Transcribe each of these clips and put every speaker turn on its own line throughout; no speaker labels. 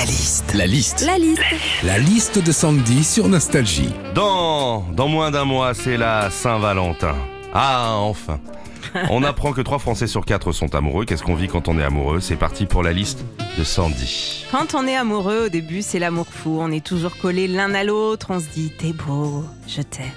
liste. La liste.
La liste.
La liste de Sandy sur Nostalgie.
Dans, dans moins d'un mois, c'est la Saint-Valentin. Ah, enfin. On apprend que 3 Français sur 4 sont amoureux. Qu'est-ce qu'on vit quand on est amoureux C'est parti pour la liste de Sandy.
Quand on est amoureux, au début, c'est l'amour fou. On est toujours collés l'un à l'autre. On se dit T'es beau, je t'aime.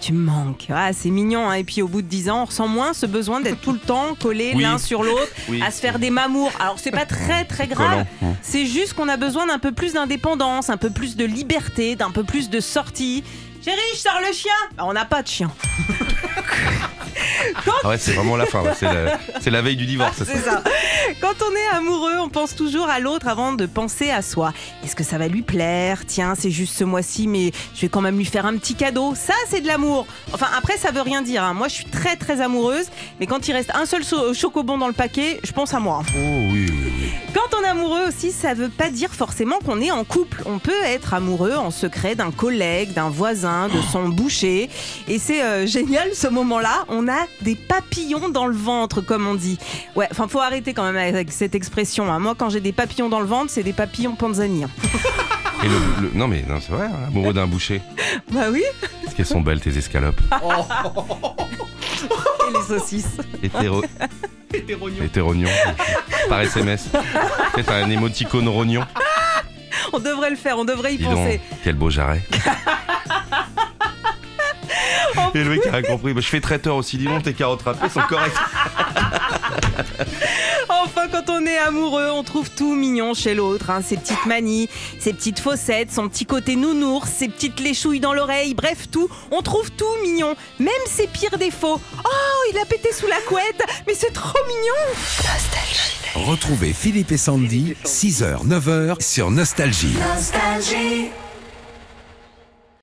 Tu me manques. Ah, c'est mignon. hein. Et puis au bout de 10 ans, on ressent moins ce besoin d'être tout le temps collés
Oui.
l'un sur l'autre,
Oui.
à se faire des mamours. Alors c'est pas très très grave.
Collant.
C'est juste qu'on a besoin d'un peu plus d'indépendance, un peu plus de liberté, d'un peu plus de sortie. Chérie, je sors le chien. Bah, on n'a pas de chien.
Ah ouais, c'est vraiment la fin. là. C'est la, c'est la veille du divorce.
C'est ça. Quand on est amoureux, on pense toujours à l'autre avant de penser à soi. Est-ce que ça va lui plaire Tiens, c'est juste ce mois-ci, mais je vais quand même lui faire un petit cadeau. Ça, c'est de l'amour. Enfin, après, ça veut rien dire. hein. Moi, je suis très, très amoureuse, mais quand il reste un seul so- chocobon dans le paquet, je pense à moi.
Oh oui, oui, oui.
Quand on est amoureux aussi, ça veut pas dire forcément qu'on est en couple. On peut être amoureux en secret d'un collègue, d'un voisin, de son boucher. Et c'est euh, génial ce moment-là. On a des papillons dans le ventre, comme on dit. Ouais, enfin, faut arrêter quand même avec cette expression. hein. Moi, quand j'ai des papillons dans le ventre, c'est des papillons panzani. hein.
Et le, le- non mais non, c'est vrai, hein, amoureux d'un boucher.
Bah oui,
Est-ce qu'elles sont belles tes escalopes
et les saucisses.
Hétéro... Hétérognon. Par SMS. C'est un émoticône rognon.
On devrait le faire, on devrait y
Dis
penser.
donc, quel beau jarret. Et le mec a compris. Bah, je fais traiteur aussi, dis donc, tes carottes râpées sont correctes.
Enfin, quand on est amoureux, on trouve tout mignon chez l'autre. hein. Ses petites manies, ses petites faussettes, son petit côté nounours, ses petites léchouilles dans l'oreille, bref, tout. On trouve tout mignon, même ses pires défauts. Oh, il a pété sous la couette, mais c'est trop mignon
Retrouvez Philippe et Sandy, 6h, 9h sur Nostalgie.